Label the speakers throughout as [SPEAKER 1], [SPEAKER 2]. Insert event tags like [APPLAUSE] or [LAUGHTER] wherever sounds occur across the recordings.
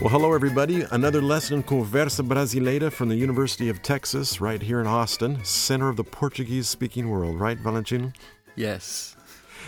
[SPEAKER 1] Well, hello, everybody. Another lesson in Conversa Brasileira from the University of Texas, right here in Austin, center of the Portuguese speaking world, right, Valentino?
[SPEAKER 2] Yes.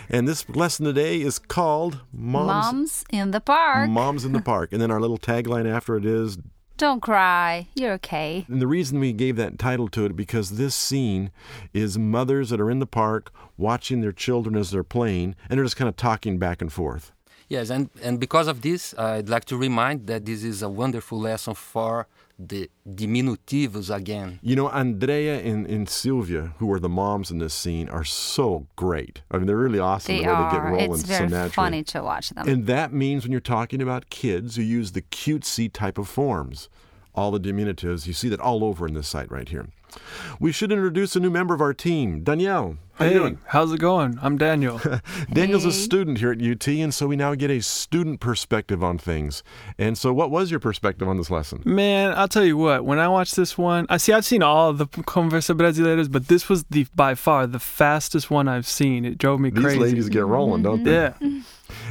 [SPEAKER 1] And this lesson today is called Moms,
[SPEAKER 3] Moms in the park.
[SPEAKER 1] Moms in the Park. And then our little tagline after it is
[SPEAKER 3] Don't cry. You're okay.
[SPEAKER 1] And the reason we gave that title to it because this scene is mothers that are in the park watching their children as they're playing, and they're just kind of talking back and forth.
[SPEAKER 2] Yes, and, and because of this, I'd like to remind that this is a wonderful lesson for the diminutivos again.
[SPEAKER 1] You know, Andrea and, and Sylvia, who are the moms in this scene, are so great. I mean, they're really awesome
[SPEAKER 3] They
[SPEAKER 1] the way they get
[SPEAKER 3] are.
[SPEAKER 1] rolling
[SPEAKER 3] It's
[SPEAKER 1] so
[SPEAKER 3] very
[SPEAKER 1] naturally.
[SPEAKER 3] funny to watch them.
[SPEAKER 1] And that means when you're talking about kids who use the cutesy type of forms, all the diminutives, you see that all over in this site right here. We should introduce a new member of our team, Danielle. How you doing?
[SPEAKER 4] how's it going?
[SPEAKER 1] [LAUGHS]
[SPEAKER 4] I'm Daniel.
[SPEAKER 1] Daniel's a
[SPEAKER 3] Hey.
[SPEAKER 1] student here at UT, and so we now get a student perspective on things. And so, what was your perspective on this lesson?
[SPEAKER 4] Man, I'll tell you what. When I watched this one, I see I've seen all of the Conversa Brasileiros, but this was the by far the fastest one I've seen. It drove me
[SPEAKER 1] These
[SPEAKER 4] crazy.
[SPEAKER 1] ladies get Mm-hmm. rolling, don't they?
[SPEAKER 4] [LAUGHS]
[SPEAKER 1] [LAUGHS]
[SPEAKER 4] yeah.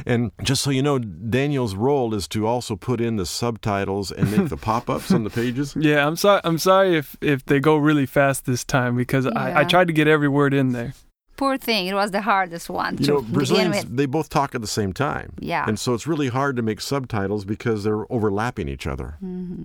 [SPEAKER 1] And just so you know, Daniel's role is to also put in the subtitles and make
[SPEAKER 3] [LAUGHS]
[SPEAKER 1] the pop ups on the pages.
[SPEAKER 4] Yeah, I'm sorry I'm sorry if if they go really fast this time because I, I
[SPEAKER 3] Yeah.
[SPEAKER 4] tried to get every word in there.
[SPEAKER 3] Poor thing. It was the hardest one
[SPEAKER 1] You
[SPEAKER 3] to
[SPEAKER 1] know,
[SPEAKER 3] begin
[SPEAKER 1] Brazilians,
[SPEAKER 3] with.
[SPEAKER 1] they both talk at the same time.
[SPEAKER 3] Yeah.
[SPEAKER 1] And so it's really hard to make subtitles because they're overlapping each other.
[SPEAKER 3] Mm-hmm.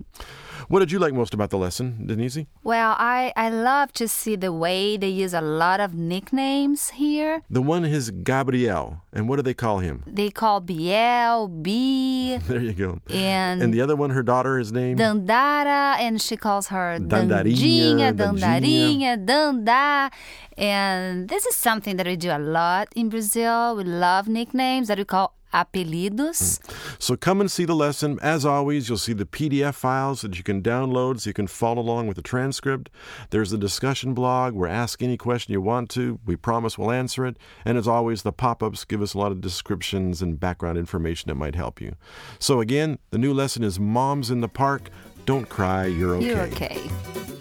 [SPEAKER 1] What did you like most about the lesson, Denise?
[SPEAKER 3] Well, I, I love to see the way they use a lot of nicknames here.
[SPEAKER 1] The one is Gabriel. And what do they call him? [LAUGHS]
[SPEAKER 3] They call Biel, B,
[SPEAKER 1] There you go.
[SPEAKER 3] and,
[SPEAKER 1] And the other one, her daughter, his name?
[SPEAKER 3] Dandara, and she calls her
[SPEAKER 1] Dandarinha,
[SPEAKER 3] Dandarinha,
[SPEAKER 1] Dandinha.
[SPEAKER 3] Dandarinha, Dandá. And this is something that we do a lot in Brazil. We love nicknames that we call
[SPEAKER 1] Mm.
[SPEAKER 3] apelidos.
[SPEAKER 1] So come and see the lesson. As always, you'll see the PDF files that you can download so you can follow along with the transcript. There's the discussion blog where ask any question you want to. We promise we'll answer it. And as always, the pop ups give us a lot of descriptions and background information that might help you. So again, the new lesson is Moms in the Park. Don't cry, you're okay.
[SPEAKER 3] You're okay.